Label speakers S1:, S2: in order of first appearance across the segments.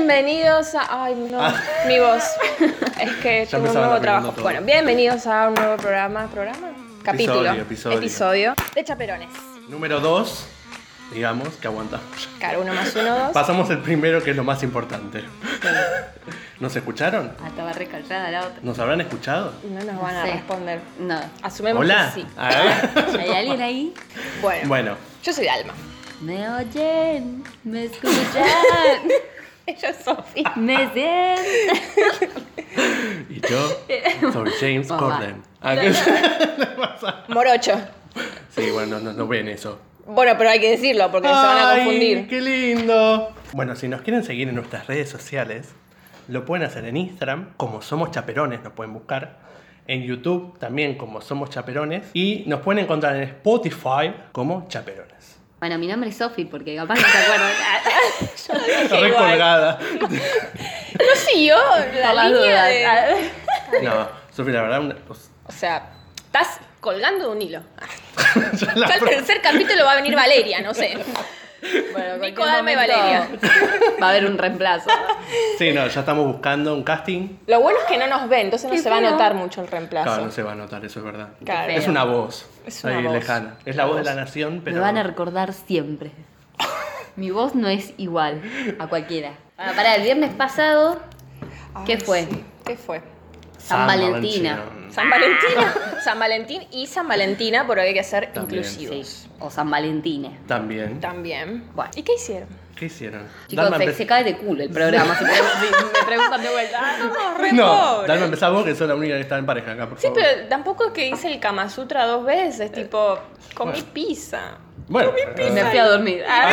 S1: Bienvenidos a. Ay, no,
S2: Ah.
S1: mi voz. es que tengo un
S2: empezaba
S1: nuevo
S2: arreglando
S1: trabajo.
S2: todo.
S1: Bueno, bienvenidos a un nuevo programa. ¿Programa? Capítulo.
S2: episodio.
S1: Episodio de Chaperones.
S2: Número 2, digamos, que aguantamos.
S1: Claro, uno más uno, dos.
S2: Pasamos el primero, que es lo más importante. ¿Nos escucharon?
S3: Ah, estaba recalcada la otra.
S2: ¿Nos habrán escuchado?
S1: No nos van a
S3: Sí.
S1: responder.
S3: No.
S1: Asumemos
S2: Hola.
S1: que sí.
S2: Ah,
S3: ¿Hay alguien ahí?
S1: Bueno,
S2: bueno,
S1: yo soy Dalma.
S3: Me oyen, me escuchan,
S1: Ella es Sofía.
S3: me sienten.
S2: y yo soy James
S3: Papá.
S2: Corden. Ah, que-
S1: Morocho.
S2: sí, bueno, no, no ven eso.
S1: Bueno, pero hay que decirlo porque se van a
S2: Ay,
S1: confundir.
S2: ¡Qué lindo! Bueno, si nos quieren seguir en nuestras redes sociales, lo pueden hacer en Instagram, como Somos Chaperones, nos pueden buscar. En YouTube también, como Somos Chaperones. Y nos pueden encontrar en Spotify, como Chaperones.
S3: Bueno, mi nombre es Sofi, porque capaz no se acuerdan.
S1: ah, igual.
S2: Recolgada.
S1: No siguió la
S3: Por las
S1: línea
S3: dudas.
S1: de... ah,
S2: No, Sofi, la verdad, una-
S1: O sea, estás colgando un hilo.
S2: ya
S1: Ya
S2: la
S1: el tercer capítulo va a venir Valeria, no sé.
S3: Bueno,
S1: Nico, dame Valeria.
S3: Va a haber un reemplazo.
S2: Sí, no, ya estamos buscando un casting.
S1: Lo bueno es que no nos ve, entonces no
S3: Qué
S1: se va a
S3: feo.
S1: notar mucho el reemplazo.
S2: Claro, no se va a notar, eso es verdad.
S1: Claro.
S2: Es una voz.
S1: Es una
S2: ahí
S1: voz.
S2: lejana. Es la voz de la nación, pero.
S3: Me van a recordar siempre. Mi voz no es igual a cualquiera. Bueno, pará, el viernes pasado,
S1: Ay,
S3: ¿qué fue?
S1: sí. ¿Qué fue?
S3: San Valentina.
S2: Valentín.
S1: San Valentín. San Valentín y San Valentina, porque hay que ser
S2: También.
S1: inclusivos.
S3: Sí, o San Valentín.
S2: También.
S1: También.
S3: Bueno.
S1: ¿Y qué hicieron?
S2: ¿Qué hicieron?
S3: Chicos,
S2: Dalma
S3: se,
S2: empe-
S3: se cae de culo el programa. si me- me preguntan de vuelta. Ah,
S1: No, re
S2: No,
S1: pobre.
S2: Dalma, empezá vos, que sos la única que está en pareja acá, por
S1: Sí,
S2: favor.
S1: pero tampoco es que hice el Kama Sutra dos veces, tipo, comí
S2: Bueno.
S1: pizza.
S2: Bueno,
S3: Y
S2: eh,
S3: me fui a dormir. Ah.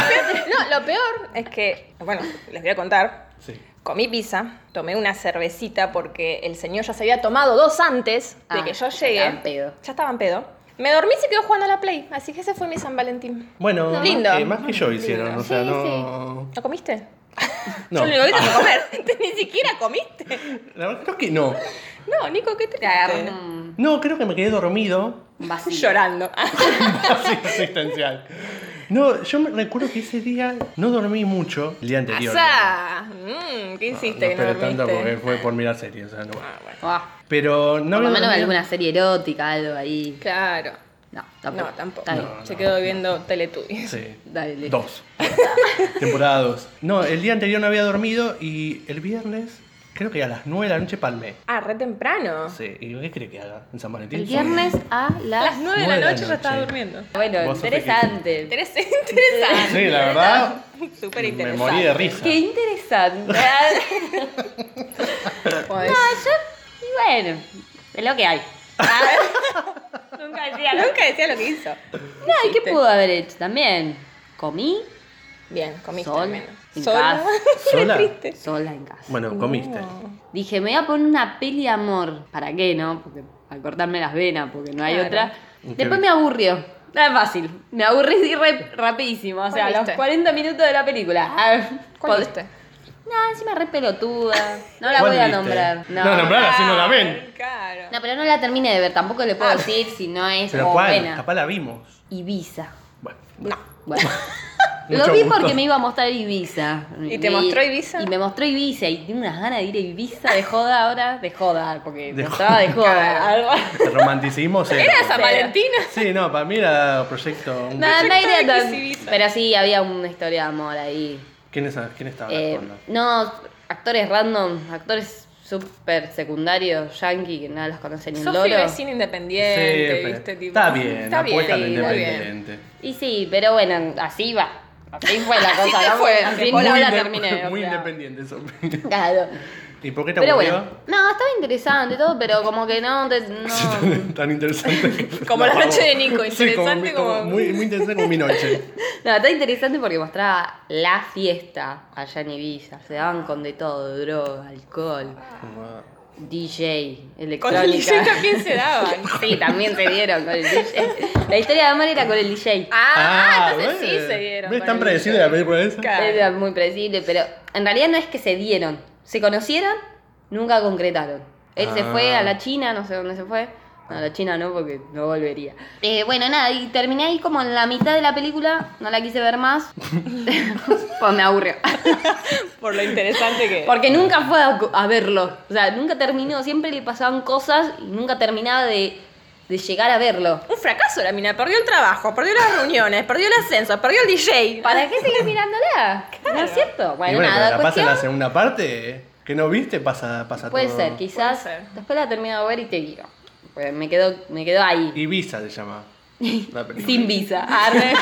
S1: No, lo peor es que, bueno, les voy a contar.
S2: sí.
S1: Comí pizza, tomé una cervecita porque el señor ya se había tomado dos antes de
S3: Ah,
S1: que yo
S3: ya
S1: llegué.
S3: estaba en pedo.
S1: Ya estaba en pedo. Me dormí y se quedó jugando a la Play, así que ese fue mi San Valentín.
S2: Bueno, más
S1: Lindo.
S2: que- más que yo hicieron,
S1: Lindo.
S2: o sea,
S3: Sí,
S2: no...
S1: ¿No comiste?
S2: No. Ah,
S1: Yo lo único que hice fue comer. Ni siquiera comiste.
S2: La verdad creo que no.
S1: No, Nico, ¿qué te
S3: agarré
S1: hiciste?
S3: un
S2: No, creo que me quedé dormido.
S3: vacío.
S1: Llorando.
S2: Así, existencial. No, yo me recuerdo que ese día no dormí mucho el día anterior.
S1: Asá. Mm, ¿Qué hiciste
S2: Ah, no, no
S1: que
S2: esperé
S1: no
S2: tanto porque
S1: dormiste?
S2: fue por mirar series, o sea, no.
S1: Ah, bueno.
S3: Ah,
S2: Pero no
S3: por lo
S2: había
S3: menos
S2: dormido.
S3: alguna serie erótica, algo ahí.
S1: Claro.
S3: No, tampoco.
S1: No, tampoco.
S3: Está bien.
S2: No.
S1: se quedó viendo Teletubbies.
S2: Sí.
S3: Dale.
S2: Dos. Temporada dos. No, el día anterior no había dormido y el viernes, creo que a las 9 de la noche palmé.
S1: Ah, re temprano.
S2: Sí, y digo, ¿qué cree que haga en San Valentín?
S3: El viernes a
S1: A las 9 de
S3: las...
S2: Nueve
S1: la
S2: de la
S1: noche ya estaba
S2: noche.
S1: durmiendo.
S3: Bueno,
S2: Vos sos
S3: interesante.
S1: Interes- interesante.
S2: Sí, la verdad,
S1: Súper
S2: me
S1: interesante.
S2: morí de risa.
S3: Qué interesante. Ah,
S1: Pues,
S3: yo- y bueno, es lo que hay.
S1: nunca, decía, nunca decía lo que hizo.
S3: No, ¿y qué pudo haber hecho también? Comí
S1: Bien, comiste
S3: Sol,
S1: también.
S3: en
S1: Sola.
S3: casa.
S2: ¿Sola?
S1: triste.
S3: sola en casa.
S2: Bueno, comiste.
S3: Dije, me voy a poner una peli de amor. ¿Para qué, no? Porque para cortarme las venas, porque no hay
S1: Claro.
S3: otra.
S2: Ok.
S3: Después me aburrió. No es fácil. Me aburrí así re- rapidísimo. O sea, a
S1: ¿Cuál
S3: los
S1: viste?
S3: 40 minutos de la película. Ah, pod-
S1: ¿Cuál viste?
S3: No, encima re pelotuda. No la
S2: ¿Cuál
S3: voy a
S2: viste?
S3: nombrar. No.
S2: No,
S3: No,
S2: nombrar así no la ven.
S1: Claro.
S3: pero no la terminé de ver. Tampoco le puedo
S1: Ah.
S3: decir si no es
S2: Pero
S3: como
S2: ¿cuál?
S3: buena.
S2: Capaz la vimos.
S3: Ibiza.
S2: Bueno.
S1: No.
S3: Bueno.
S2: Mucho
S3: Lo vi
S2: gusto.
S3: porque me iba a mostrar Ibiza.
S1: ¿Y te mostró Ibiza?
S3: Y me mostró Ibiza. Y tengo unas ganas de ir a Ibiza de joda ahora. De joda, porque
S2: De
S3: me estaba de joda.
S1: Claro.
S3: Algo.
S2: El romanticismo cero.
S1: ¿Era San Valentín?
S2: Sí, no, para mí era proyecto... un-
S3: Nada, no
S1: Proyecto
S3: era
S1: de
S3: tan-
S1: Ibiza.
S3: Pero sí, había una historia de amor ahí.
S2: ¿Quién, es- quién estaba
S3: Eh,
S2: actuando?
S3: no, actores random, actores súper secundarios, yankee, que nada los conoce ni un
S1: Sofi
S3: loro.
S1: vecina independiente,
S2: pero-
S1: ¿viste? Tipo,
S2: está bien,
S1: Está bien,
S2: apuesta a lo
S1: sí, está bien.
S2: independiente.
S3: Y sí, pero bueno, así va. Así fue la
S1: Así
S3: cosa.
S1: te
S3: ¿no?
S1: fue,
S3: Así
S1: te
S3: no
S1: fue.
S3: la
S2: inde-
S3: terminé. o
S2: Muy
S3: sea.
S2: independiente Sofi.
S3: Claro.
S2: ¿Y por qué te
S3: Pero
S2: aburrió?
S3: bueno, no, estaba interesante y todo, pero como que no, te- no
S2: Tan interesante.
S1: Como la noche de Nico,
S2: Sí, como mi-
S1: interesante
S2: como,
S1: como-
S2: muy, muy interesante como mi noche.
S3: No, está interesante porque mostraba la fiesta allá en Ibiza. Se daban con de todo, droga, alcohol, DJ,
S1: Con el
S3: electrónica.
S1: DJ también se daban.
S3: Sí, también se dieron con el DJ. La historia de amor era con el DJ.
S1: Ah, entonces
S2: bueno.
S1: sí se dieron.
S2: ¿Ves
S1: con
S2: tan
S1: el
S2: predecible
S1: DJ.
S2: la película esa?
S1: Claro.
S3: Era muy predecible, pero en realidad no es que se dieron. Se conocieron, nunca concretaron. Él se
S2: Ah.
S3: fue a la China, no sé dónde se fue. No, la China no, porque no volvería. Eh, bueno, nada, y terminé ahí como en la mitad de la película. No la quise ver más. pues me aburrió.
S1: Por lo interesante que.
S3: Porque nunca fue a, a verlo. O sea, nunca terminó. Siempre le pasaban cosas y nunca terminaba de, de llegar a verlo.
S1: Un fracaso la mina, perdió el trabajo, perdió las reuniones, perdió el ascenso, perdió el DJ.
S3: ¿Para qué seguir mirándola? ¿No es cierto?
S2: Y
S3: Bueno,
S2: bueno,
S3: nada,
S2: pero la pasa en
S3: cuestión-
S2: la segunda parte eh. que no viste, pasa, pasa
S3: Puede
S2: todo.
S3: ser, quizás.
S1: Puede ser.
S3: Después la termino de ver y te digo. Pues me quedo, me quedo ahí.
S2: Ibiza se llama. La película.
S3: Sin visa. Arre.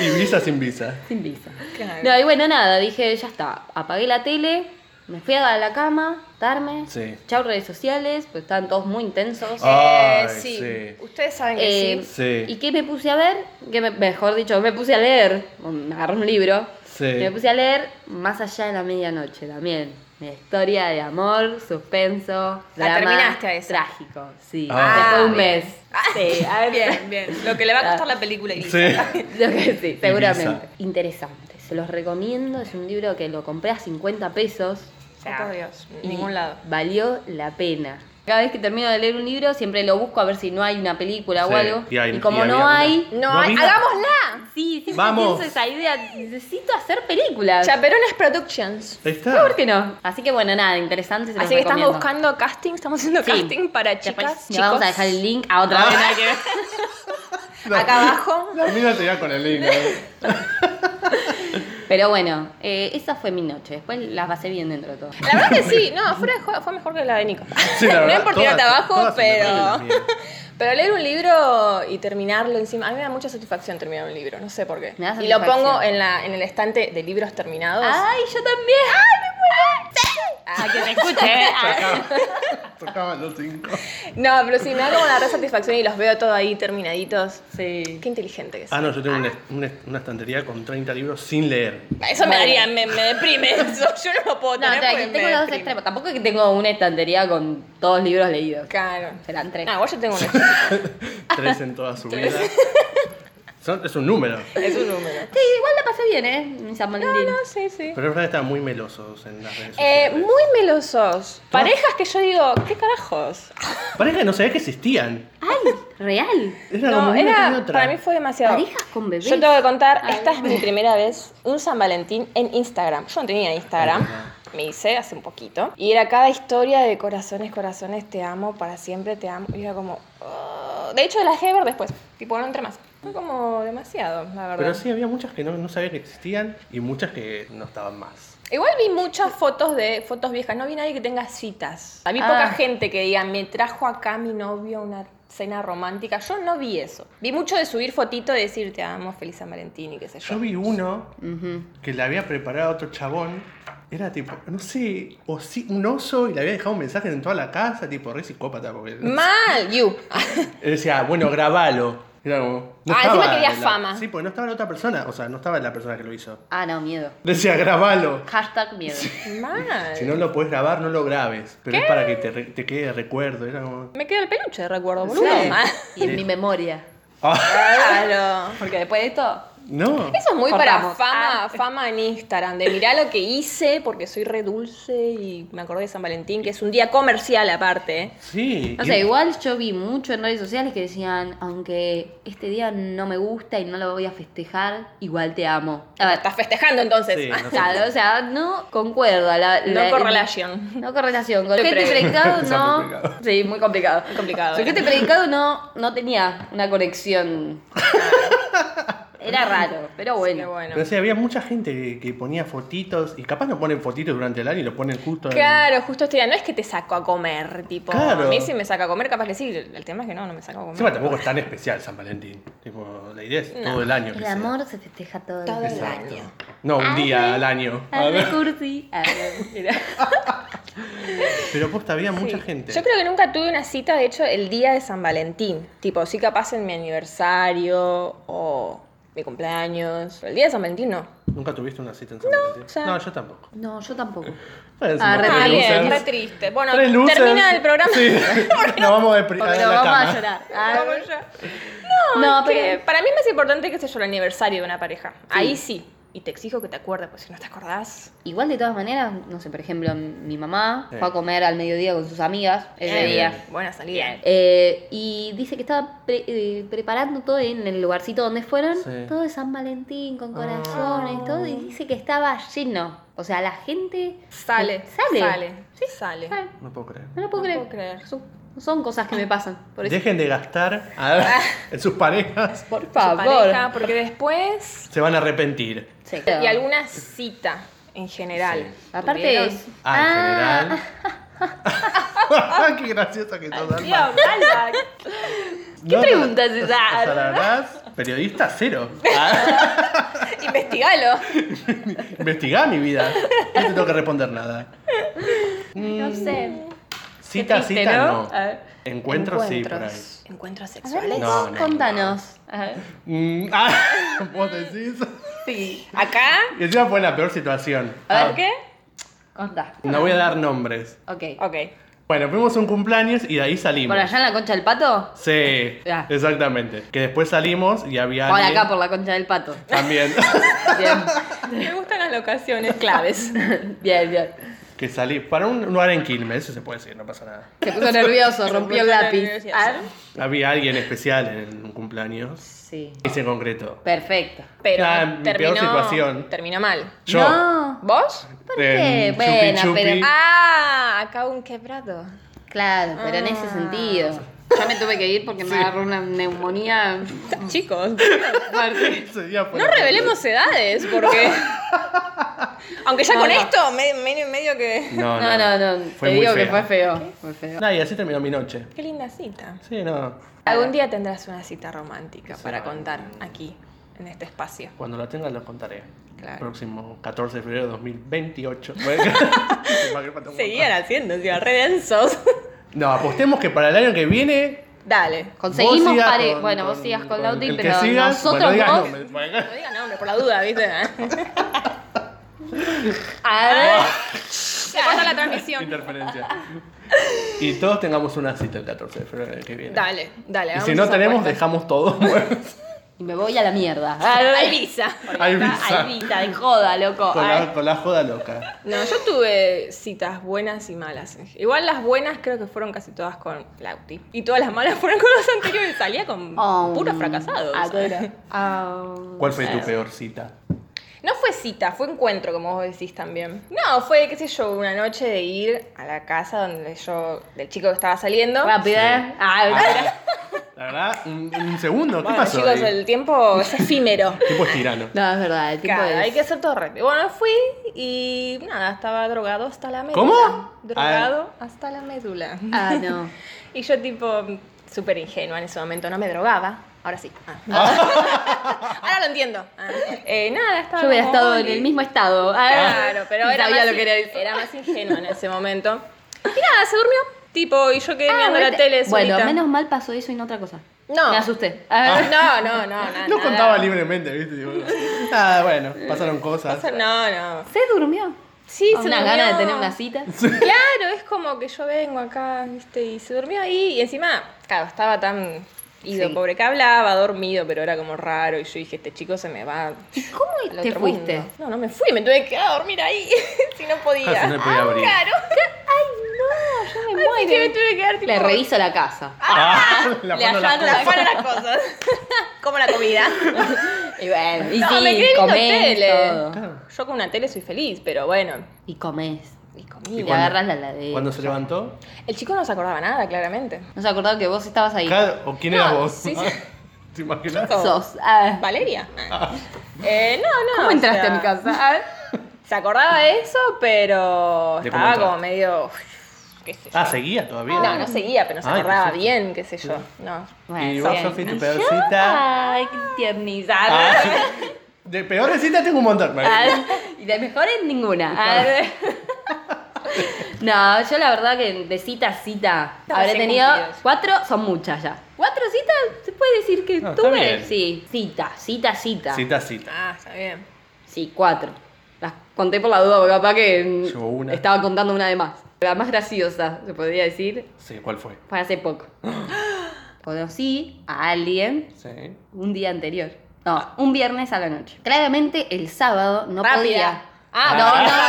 S2: Ibiza sin visa.
S3: Sin visa.
S1: Claro.
S3: No, y bueno, nada, dije, ya está. Apagué la tele, me fui a la cama, darme.
S2: Sí.
S3: Chau redes sociales, pues estaban todos muy intensos.
S2: Ah. Ay,
S1: sí.
S2: sí.
S1: Ustedes saben que
S3: Eh,
S1: sí.
S2: Sí.
S3: ¿Y qué me puse a ver? Que me- mejor dicho, me puse a leer. Me agarré un libro.
S2: Sí.
S3: Me puse a leer Más allá de la medianoche también. Una historia de amor, suspenso, drama,
S1: terminaste a esa.
S3: trágico. Sí,
S2: Ah,
S3: después de un
S1: bien.
S3: mes.
S1: Sí, bien, bien. Lo que le va a costar la película y
S2: Sí.
S3: Lo que sí, seguramente.
S2: Ibiza.
S3: Interesante. Se los recomiendo. Es un libro que lo compré a 50 pesos. O sea,
S1: Saco Dios,
S3: y
S1: ningún lado.
S3: Valió la pena. Cada vez que termino de leer un libro, siempre lo busco a ver si no hay una película
S2: Sí,
S3: o algo.
S2: y hay-
S3: como
S2: y
S3: no
S2: había
S3: hay.
S2: una.
S1: No,
S2: No
S1: hay-
S2: vi la-
S1: hagámosla.
S3: Sí, siempre
S2: Vamos.
S3: pienso esa idea. Necesito hacer películas.
S1: Chaperones Productions.
S2: Ahí está.
S3: ¿Por qué no? Así que bueno, nada, interesante. Se los
S1: Así que estamos
S3: recomiendo.
S1: buscando casting, estamos haciendo
S3: Sí.
S1: casting para
S3: Después
S1: chicas,
S3: le
S1: chicos.
S3: vamos a dejar el link a otra vez. nada que ver.
S2: La-
S1: Acá abajo.
S2: La mina se iba con el hilo.
S3: Pero bueno, eh, esa fue mi noche. Después las pasé bien dentro de todo.
S1: La verdad que sí, no, fuera de joda, fue mejor que la de Nico.
S2: Sí, la
S1: no
S2: verdad,
S1: es por
S2: todas-
S1: tirarte abajo,
S2: todas se me
S1: pero.
S2: ponen las mías.
S1: Pero leer un libro y terminarlo encima. A mí me da mucha satisfacción terminar un libro, no sé por qué.
S3: Me da
S1: Y lo
S3: satisfacción.
S1: pongo en, la, en el estante de libros terminados.
S3: ¡Ay, yo también! ¡Ay, me muero! ¡Sí! Ah, que te escuche, ¿eh? Ah.
S2: Tocaban los cinco.
S1: No, pero sí, me da como una re satisfacción y los veo todo ahí terminaditos.
S3: Sí.
S1: Qué inteligente que soy.
S2: Ah, no, yo tengo un est- un est- una estantería con 30 libros sin leer.
S1: Ah, Eso me
S3: Bueno.
S1: daría, me, me deprime eso. Yo no lo puedo
S3: No,
S1: tener
S3: o sea,
S1: porque
S3: que
S1: me
S3: tengo los dos
S1: deprime.
S3: extremos. Tampoco es que tengo una estantería con todos libros leídos.
S1: Claro.
S3: Serán tres.
S1: No, igual yo tengo un
S2: Tres en toda su vida. Son- es un número.
S1: Es un número.
S3: Sí, igual la pasé bien, ¿eh? Mi San Valentín.
S1: No, sí, sí.
S2: Pero es verdad que están muy melosos en las redes
S1: Eh,
S2: sociales.
S1: muy melosos. Parejas que yo digo, ¿qué carajos?
S2: Pareja que no sabía que existían.
S3: ¡Ay, real!
S2: Era como
S1: No,
S2: una tras
S1: era,
S2: otra.
S1: para mí fue demasiado.
S3: Parejas con bebés.
S1: Yo tengo que contar,
S3: Ay.
S1: esta es mi primera vez, un San Valentín en Instagram. Yo no tenía Instagram,
S2: Ajá.
S1: me hice hace un poquito. Y era cada historia de corazones, corazones, te amo, para siempre te amo. Y era como... "Oh". De hecho, la dejé de ver después, tipo, no entré más. Fue como demasiado, la verdad.
S2: Pero sí, había muchas que no, no sabía que existían y muchas que no estaban más.
S1: Igual vi muchas fotos de fotos viejas, no vi nadie que tenga citas. Había
S3: Ah.
S1: poca gente que diga, me trajo acá mi novio a una cena romántica. Yo no vi eso. Vi mucho de subir fotito y decir, te amo, feliz San Valentín y qué sé yo.
S2: Yo vi uno
S3: Ujú.
S2: que le había preparado a otro chabón. Era tipo, no sé, o sí, un oso y le había dejado un mensaje en toda la casa, tipo re psicópata. Porque
S1: Mal, you.
S2: él decía, "Ah, bueno, grabalo. Era como,
S1: Ah, encima
S2: estaba
S1: quería
S2: la-
S1: fama.
S2: Sí, porque no estaba la otra persona, o sea, no estaba la persona que lo hizo.
S3: Ah, no, miedo.
S2: Decía, grabalo.
S3: Hashtag miedo.
S1: Mal.
S2: Si no lo puedes grabar, no lo grabes. Pero es para que te, re- te quede de recuerdo. Era como.
S1: Me queda el peluche de recuerdo,
S3: Sí.
S1: boludo. Mal.
S3: Y en mi memoria.
S2: Ah,
S1: Claro.
S3: Porque después de esto.
S2: no.
S1: Eso es muy para
S3: Cortamos.
S1: fama,
S3: Ah.
S1: fama en Instagram, de mirá lo que hice porque soy re dulce y me acordé de San Valentín, que es un día comercial aparte. ¿eh?
S2: Sí.
S3: No
S2: y-
S3: sé, igual yo vi mucho en redes sociales que decían, aunque este día no me gusta y no lo voy a festejar, igual te amo. A ver,
S1: Estás festejando entonces. Ah,
S2: Sí, no sé.
S3: claro, o sea, no concuerdo. La,
S1: No
S3: la-
S1: correlación.
S3: No correlación.
S1: Te
S3: Sujete
S1: pre-
S3: predicado
S2: Está muy
S3: no.
S2: complicado.
S3: Sí, muy complicado.
S1: Muy complicado,
S3: Sujete
S1: ¿eh?
S3: predicado no, no tenía una conexión. Era raro, pero
S1: Qué
S3: bueno.
S1: bueno.
S2: Pero sí, había mucha gente que, que ponía fotitos y capaz no ponen fotitos durante el año y lo ponen justo en-
S1: Claro, justo este día. No es que te saco a comer, tipo.
S2: Claro.
S1: A mí si me saca a comer, capaz que sí. El el tema es que no, no me saco a comer.
S2: Encima tampoco es tan especial San Valentín. Tipo, la idea es todo el año. que
S3: El
S2: sea.
S3: amor se festeja todo,
S1: Todo
S3: el
S1: el
S3: día.
S2: Exacto.
S1: año.
S2: No, un
S3: Arre,
S2: día al año. A
S3: arre,
S2: ver.
S3: cursi, arre.
S2: Pero posta, había mucha
S1: Sí.
S2: gente.
S1: Yo creo que nunca tuve una cita, de hecho, el día de San Valentín. Tipo, sí capaz en mi aniversario o mi cumpleaños. Pero el día de San Valentín no.
S2: ¿Nunca tuviste una cita en San Valentín?
S1: o sea-
S2: no, yo tampoco.
S3: No, yo tampoco.
S2: Bueno,
S3: Ah,
S2: somos
S3: re
S2: tres
S3: bien,
S2: losers.
S1: re triste. Bueno,
S2: Tres losers.
S1: termina el programa.
S2: Sí. Nos vamos a deprimir.
S3: Porque nos vamos a llorar.
S1: Como
S3: Arre.
S1: yo.
S3: No,
S1: Que
S3: pero.
S1: para mí es más importante, qué sé yo, el aniversario de una pareja. Ahí sí. Y te exijo que te acuerdes, porque si no te acordás.
S3: Igual de todas maneras, no sé, por ejemplo, mi mamá
S2: Sí.
S3: fue a comer al mediodía con sus amigas ese
S1: Bien.
S3: día.
S1: Buena salida.
S3: Eh, y dice que estaba pre- eh, preparando todo en el lugarcito donde fueron,
S2: Sí. Ah.
S3: todo de San Valentín, con corazones, todo, y dice que estaba lleno. O sea, la gente eh,
S1: Sale.
S3: Sale.
S1: Sale. Sale.
S3: Ay,
S2: No puedo creer.
S3: No lo puedo
S1: No
S3: creer.
S1: puedo creer.
S3: Son, son cosas que me pasan. Por eso.
S2: Dejen de gastar a ver,
S1: Ah.
S2: en sus parejas.
S3: Por
S1: Su
S3: favor.
S1: pareja, porque después.
S2: Se van a arrepentir.
S3: Sí.
S1: Y alguna cita en general.
S3: Aparte
S1: ¿Tuvieron?
S3: es.
S2: Ah,
S3: Ah,
S2: en general. Qué graciosa que sos,
S1: Tío,
S2: Alma.
S1: Alba,
S2: ¿Qué
S3: preguntas es esa?
S2: periodista cero. Ah,
S1: investigalo.
S2: investigá mi vida. No te tengo que responder nada.
S3: Ah, No sé.
S2: Cita,
S3: triste,
S2: cita,
S3: ¿no?
S2: no.
S3: A ver.
S2: Encuentro, sí, por ahí.
S3: Encuentros.
S1: Encuentros
S3: A ver,
S1: sexuales.
S2: No, no,
S3: contanos. A ver.
S2: Mm, ah, vos decís.
S3: Sí.
S1: Acá.
S2: Y encima fue la peor situación.
S1: A ver
S2: Ah,
S1: qué.
S3: Contá.
S2: No voy a dar nombres.
S3: Ok.
S1: Ok.
S2: Bueno, fuimos a un cumpleaños y de ahí salimos.
S3: ¿Por allá en la concha del pato?
S2: Sí,
S3: Ah.
S2: exactamente. Que después salimos y había.
S3: Por
S2: alguien
S3: acá, por la concha del pato.
S2: También.
S3: Bien.
S1: Me gustan las locaciones claves.
S3: bien, bien.
S2: que salí. Para un lugar en Quilmes, eso se puede decir, no pasa nada.
S3: Se puso nervioso,
S1: Se
S3: rompió el
S1: puso
S3: lápiz. Ah,
S1: nervioso.
S3: A ver.
S2: Había alguien especial en un cumpleaños.
S3: Sí.
S2: Y se concretó.
S3: Perfecto.
S1: Pero
S2: Ah, mi peor
S1: terminó,
S2: situación.
S1: terminó mal.
S2: Yo.
S3: No.
S1: ¿Vos?
S3: ¿Por qué?
S2: en
S3: Bueno,
S2: Chupi
S3: pero-
S2: Chupi.
S1: Ah, acá un quebrado.
S3: Claro, pero en ese sentido. Yo Ah. me tuve que ir porque me agarró una neumonía
S1: Chicos,
S3: fuerte.
S2: Ese día fue
S1: no
S2: la-
S1: revelemos edades porque... Aunque ya
S3: No,
S1: con
S3: no.
S1: esto me- me- medio que...
S2: No,
S3: No, no, no.
S2: Fue
S3: Te
S2: muy
S3: digo que
S2: fea.
S3: fue feo. Fue feo.
S2: Nah, y así terminó mi noche.
S1: Qué linda cita.
S2: Sí, no.
S1: Algún día tendrás una cita romántica
S2: Sí.
S1: para contar aquí, en este espacio.
S2: Cuando la tenga lo contaré.
S1: Claro.
S2: Próximo 14 de febrero de 2028. Bueno,
S1: Seguían haciendo, encima, re densos.
S2: No, apostemos que para el año que viene.
S1: Dale.
S3: Conseguimos
S2: sigas
S3: pare-
S2: con-
S3: Bueno, vos
S2: con-
S3: sigas con
S2: con
S3: Lauti,
S2: el que
S3: pero
S2: sigas,
S3: nosotros
S2: bueno, digas
S3: vos.
S2: nombres, bueno.
S1: No digan nombre, por la duda, ¿viste?
S3: A ver.
S1: Se pasa la transmisión.
S2: Interferencia. Y todos tengamos una cita el 14 de febrero del año que viene.
S1: Dale, dale.
S2: Y
S1: hagamos
S2: si no
S1: esa
S2: tenemos,
S1: apuesta. Ah,
S2: dejamos todo muerto.
S3: Y me voy a la mierda. A ver,
S1: Alvisa.
S2: Ahí
S3: está
S2: visa.
S3: Albita, de joda, loco.
S2: Con
S3: A
S2: la,
S3: ver.
S2: con la joda loca.
S1: No, yo tuve citas buenas y malas. Igual las buenas creo que fueron casi todas con Lauti. Y todas las malas fueron con los anteriores. Salía con
S3: Oh,
S1: puros fracasados.
S3: adoro. Oh.
S2: ¿Cuál fue tu peor cita?
S1: No fue cita, fue encuentro, como vos decís también. No, fue, qué sé yo, una noche de ir a la casa donde yo, del chico que estaba saliendo.
S3: Rápido, ¿eh? Ah, mira.
S2: La verdad, un, un segundo. ¿Qué
S1: Bueno,
S2: pasó?
S1: chicos,
S2: ahí?
S1: el tiempo es efímero.
S2: Tipo es tirano.
S3: No, es verdad, el tipo
S1: Claro,
S3: de.
S1: hay que hacer todo rápido. Bueno, fui y nada, estaba drogado hasta la médula.
S2: ¿Cómo?
S1: Drogado hasta la médula.
S3: Ah, no.
S1: Y yo tipo, súper ingenua en ese momento, no me drogaba. Ahora sí. Ah. Ahora lo entiendo. Ah. Eh, nada, estaba...
S3: Yo hubiera
S1: como
S3: estado en
S1: Oli.
S3: el mismo estado. Ah,
S1: Claro, pero
S3: y
S1: era
S3: sabía
S1: más,
S3: lo que era
S1: in- era más ingenua en ese momento. Y nada, se durmió. Tipo, y yo quedé mirando la tele
S3: Ah, Bueno,
S1: solita.
S3: menos Ah. mal pasó eso y no otra cosa.
S1: No.
S3: Me asusté. A ver.
S1: No, no, no, nada.
S2: No
S1: nada.
S2: contaba libremente, ¿viste? Tipo, ah, bueno, pasaron cosas.
S1: No, no.
S3: Se durmió.
S1: Ah. Sí, se
S3: una
S1: durmió.
S3: gana de tener una cita.
S1: Claro, es como que yo vengo acá, viste, y se durmió ahí. Y encima, claro, estaba tan ido,
S3: Sí.
S1: pobre que hablaba, dormido, pero era como raro. Y yo dije, este chico se me va.
S3: ¿Y cómo
S1: al
S3: te
S1: otro
S3: fuiste?
S1: mundo. No, no me fui, me tuve que quedar a dormir ahí. si no podía.
S2: Ah, si no podía
S1: Ah,
S2: abrir.
S1: Claro.
S3: Ay, no, yo me
S1: Así que me tuve que quedar tipo.
S3: Le reviso la casa.
S2: Ah, la
S3: Le
S2: mano la
S3: allano
S1: Como
S3: la
S1: las malas cosas. como la comida.
S3: Y bueno, y
S1: Ah. no,
S3: sí,
S1: me quedé viendo
S3: comés
S1: tele.
S3: todo.
S2: Claro.
S1: Yo con una tele soy feliz, pero bueno.
S3: Y comés.
S1: Y
S3: Y,
S1: comida.
S2: cuando-
S3: agarras la ladera.
S2: Cuando se levantó,
S1: El chico no se acordaba nada, claramente.
S3: No se acordaba que vos estabas ahí.
S2: claro, ¿o quién eras
S1: No,
S2: vos?
S1: sí, sí.
S2: ¿Te imaginas?
S1: Chico.
S3: Sos. Ah.
S1: Valeria. Eh, no, no.
S3: ¿Cómo
S1: o
S3: entraste
S1: sea,
S3: a mi casa? A ver.
S1: Se acordaba de eso, pero
S2: De
S1: estaba
S2: cómo
S1: como
S2: entrar.
S1: medio. qué sé yo.
S2: Ah, seguía todavía.
S1: No, no seguía, pero se
S2: Ay,
S1: acordaba
S2: perfecto.
S1: bien, qué sé yo. No.
S2: Y
S3: Bueno,
S2: vos,
S3: bien.
S2: Sofi, tu
S3: Y
S2: peor
S3: yo,
S2: cita.
S3: Ay, qué tiernizada.
S2: Ah, de peores citas tengo un montón.
S3: Ah, Y de mejores ninguna. A ver.
S2: Ah.
S3: No, yo la verdad que de cita a cita
S1: No,
S3: habré
S1: sí,
S3: tenido
S1: cumplidos.
S3: cuatro, son muchas ya. ¿Cuatro citas? ¿Se puede decir que
S2: No, está
S3: tuve?
S2: bien.
S3: Sí, cita, cita, cita.
S2: Cita, cita.
S1: Ah, está bien.
S3: Sí, cuatro. Las conté por la duda, porque capaz que
S2: Yo
S3: mm,
S2: una.
S3: estaba contando una de más. La más graciosa, se podría decir,
S2: Sí, ¿cuál fue?
S3: fue hace poco. Conocí a alguien
S2: Sí.
S3: un día anterior. No, un viernes a la noche. Claramente el sábado no
S1: Rápida.
S3: podía.
S1: Ah,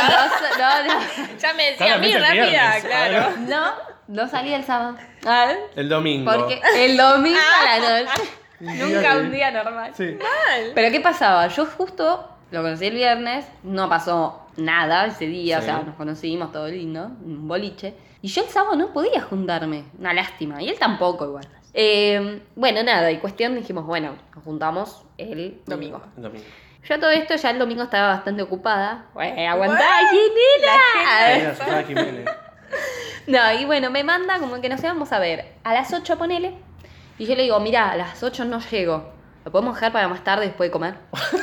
S3: no, no, no, no, no.
S1: Ya me decía a mí
S2: Claramente el
S1: rápida,
S2: viernes.
S1: claro.
S3: No, no salía el sábado.
S2: El domingo.
S3: Porque ah, el domingo a la noche.
S1: Nunca un día normal.
S2: Sí.
S1: Mal.
S3: Pero ¿qué pasaba? Yo justo lo conocí el viernes, no pasó nada ese día,
S2: Sí.
S3: o sea, nos conocimos, todo lindo, un boliche. Y yo el sábado no podía juntarme, una lástima, y él tampoco igual. Eh, bueno, nada, y cuestión dijimos, bueno, nos juntamos el domingo.
S2: El domingo.
S3: Yo a todo esto ya el domingo estaba bastante ocupada. Bueno, aguantá,
S1: Bueno,
S3: ¿quién era?
S2: Era Susana Jiménez.
S3: No, y bueno, me manda como que nos íbamos a ver a las 8, ponele. Y yo le digo, mira, a las 8 no llego. ¿Lo podemos dejar para más tarde después de comer?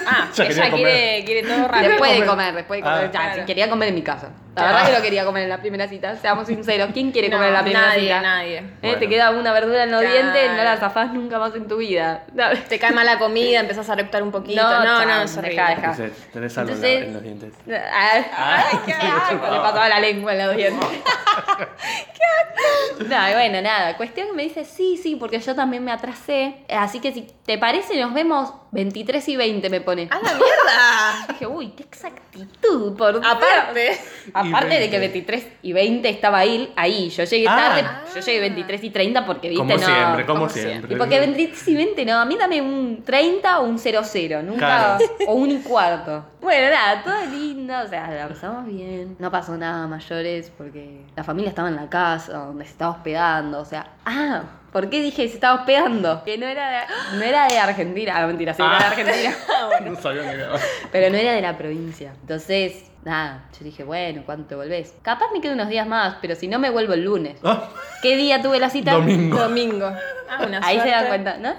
S1: Ah,
S2: Ya quería
S1: ella quiere, quiere todo rápido.
S3: Después de comer, después de
S2: Ah.
S3: comer. Ya,
S1: Claro.
S3: si quería comer en mi casa. La verdad que lo quería comer en la primera cita, seamos sinceros. ¿Quién quiere
S1: No,
S3: comer en la primera
S1: nadie,
S3: cita?
S1: nadie.
S3: Eh, Te
S2: Bueno.
S3: queda una verdura en los
S1: Claro.
S3: dientes, no la zafás nunca más en tu vida. ¿sabes?
S1: Te cae mala comida, empezás a reptar un poquito.
S3: No,
S1: No, no,
S3: chan,
S1: es horrible.
S3: dejá, dejá.
S2: Entonces, tenés algo en la-
S3: Ah. Entonces-
S2: en los dientes.
S3: Ay,
S1: qué
S3: Le
S1: asco.
S3: pasaba la lengua en los dientes. ¡Qué No, y bueno, nada. Cuestión que me dice, sí, sí, porque yo también me atrasé. Eh, Así que si te parece, nos vemos 23 y 20, me pone.
S1: ¡A la mierda!
S3: Dije, uy, qué exactitud, por Dios".
S1: Aparte.
S3: Aparte de que
S2: 20.
S3: 23 y 20 estaba ahí, ahí. Yo llegué
S2: Ah.
S3: tarde, yo llegué 23 y 30 porque, viste,
S2: Como
S3: no.
S2: siempre, como,
S1: como siempre.
S2: siempre.
S3: Y porque 23 y 20, no, a mí dame un 30 o un 00, nunca.
S2: Claro.
S3: O un y cuarto. Bueno, nada, todo lindo, o sea, la pasamos bien. No pasó nada mayores porque la familia estaba en la casa donde se estaba hospedando, o sea. Ah, ¿por qué dije se estaba hospedando? Que no era de, no era de Argentina. Ah, mentira, sí, era de
S2: Ah.
S3: Argentina.
S2: No sabía que era.
S3: Pero no era de la provincia. Entonces, nada, yo dije, bueno, ¿cuándo te volvés? Capaz me quedo unos días más, pero si no me vuelvo el lunes.
S2: Ah,
S3: ¿Qué día tuve la cita?
S2: Domingo.
S1: Domingo. Ah, una
S3: Ahí se
S1: suerte.
S3: dan cuenta, ¿no?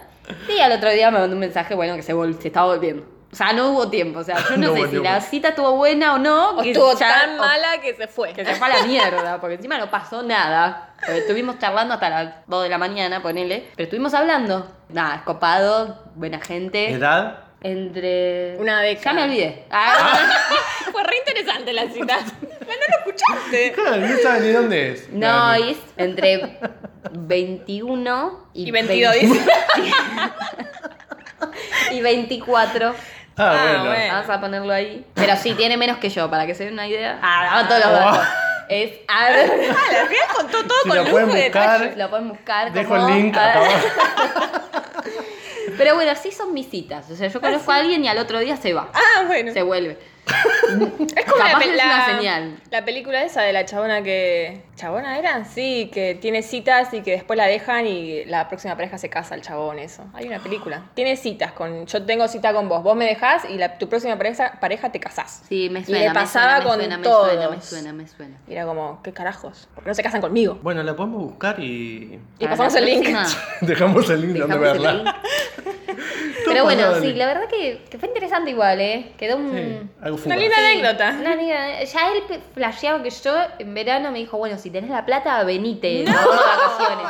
S3: Sí, al otro día me mandó un mensaje, bueno, que se, vol- se estaba volviendo. O sea, no hubo tiempo. O sea, yo no,
S2: No
S3: sé
S2: hubo
S3: si
S2: tiempo.
S3: la cita estuvo buena o no.
S1: O
S3: que
S1: estuvo
S3: ya-
S1: tan
S3: o
S1: mala que se fue.
S3: Que se fue a la mierda, porque encima no pasó nada. Porque estuvimos charlando hasta las 2 de la mañana, ponele. Pero estuvimos hablando. Nada, escopado, buena gente.
S2: Edad.
S3: Entre.
S1: Una
S3: Ya
S1: década.
S3: me olvidé. Ah.
S1: Fue re interesante la cita. No, no lo escuchaste.
S2: Claro, no sabe ni dónde es.
S3: No,
S2: Claro.
S3: y es entre 21 y,
S1: Y 22
S3: 20
S1: dice.
S3: y 24.
S1: Ah,
S2: Ah, bueno.
S1: bueno.
S3: Vamos a ponerlo ahí. Pero sí, tiene menos que yo, para que se den una idea. Ah, daba
S2: oh.
S3: todos los datos. Es. A ver,
S1: Ah, la fija contó todo
S2: Si
S1: con
S2: lo
S1: lujo
S2: pueden
S1: de
S2: buscar,
S1: detalle.
S3: lo pueden buscar.
S2: Dejo
S3: como-
S2: el link
S3: a ver.
S2: acá abajo.
S3: Pero bueno, así son mis citas. O sea, yo conozco a alguien y al otro día se va.
S1: Ah, bueno.
S3: Se vuelve.
S1: Es como la,
S3: Capaz
S1: pe-
S3: es
S1: la-
S3: una señal.
S1: la película esa de la chabona que. ¿Chabona era? Sí, que tiene citas y que después la dejan y la próxima pareja se casa el chabón, eso. Hay una película. Tiene citas con. Yo tengo cita con vos, vos me dejás y la- tu próxima pareja, pareja te casás.
S3: Sí, me
S1: Y
S3: suena.
S1: le
S3: me
S1: pasaba
S3: suena, me
S1: con
S3: suena, me
S1: todos.
S3: suena, me suena, me suena.
S1: Y era como, ¿qué carajos? ¿Por qué no se casan conmigo?
S2: Bueno, la podemos buscar y.
S1: Y
S3: Para
S1: pasamos
S3: la
S1: el link.
S3: próxima.
S2: Dejamos el link donde
S3: Dejamos el
S2: verla.
S3: link.
S2: Todo
S3: Pero bueno,
S2: pasado,
S3: sí,
S2: Link.
S3: la verdad que, que fue interesante igual, ¿eh? Quedó un...
S2: Sí, algo
S1: Una
S2: fugaz.
S1: linda anécdota.
S3: Una amiga- ¿eh? ya él pe- flasheaba que yo en verano me dijo, bueno, si tenés la plata, venite
S1: No.
S3: nos vamos de vacaciones.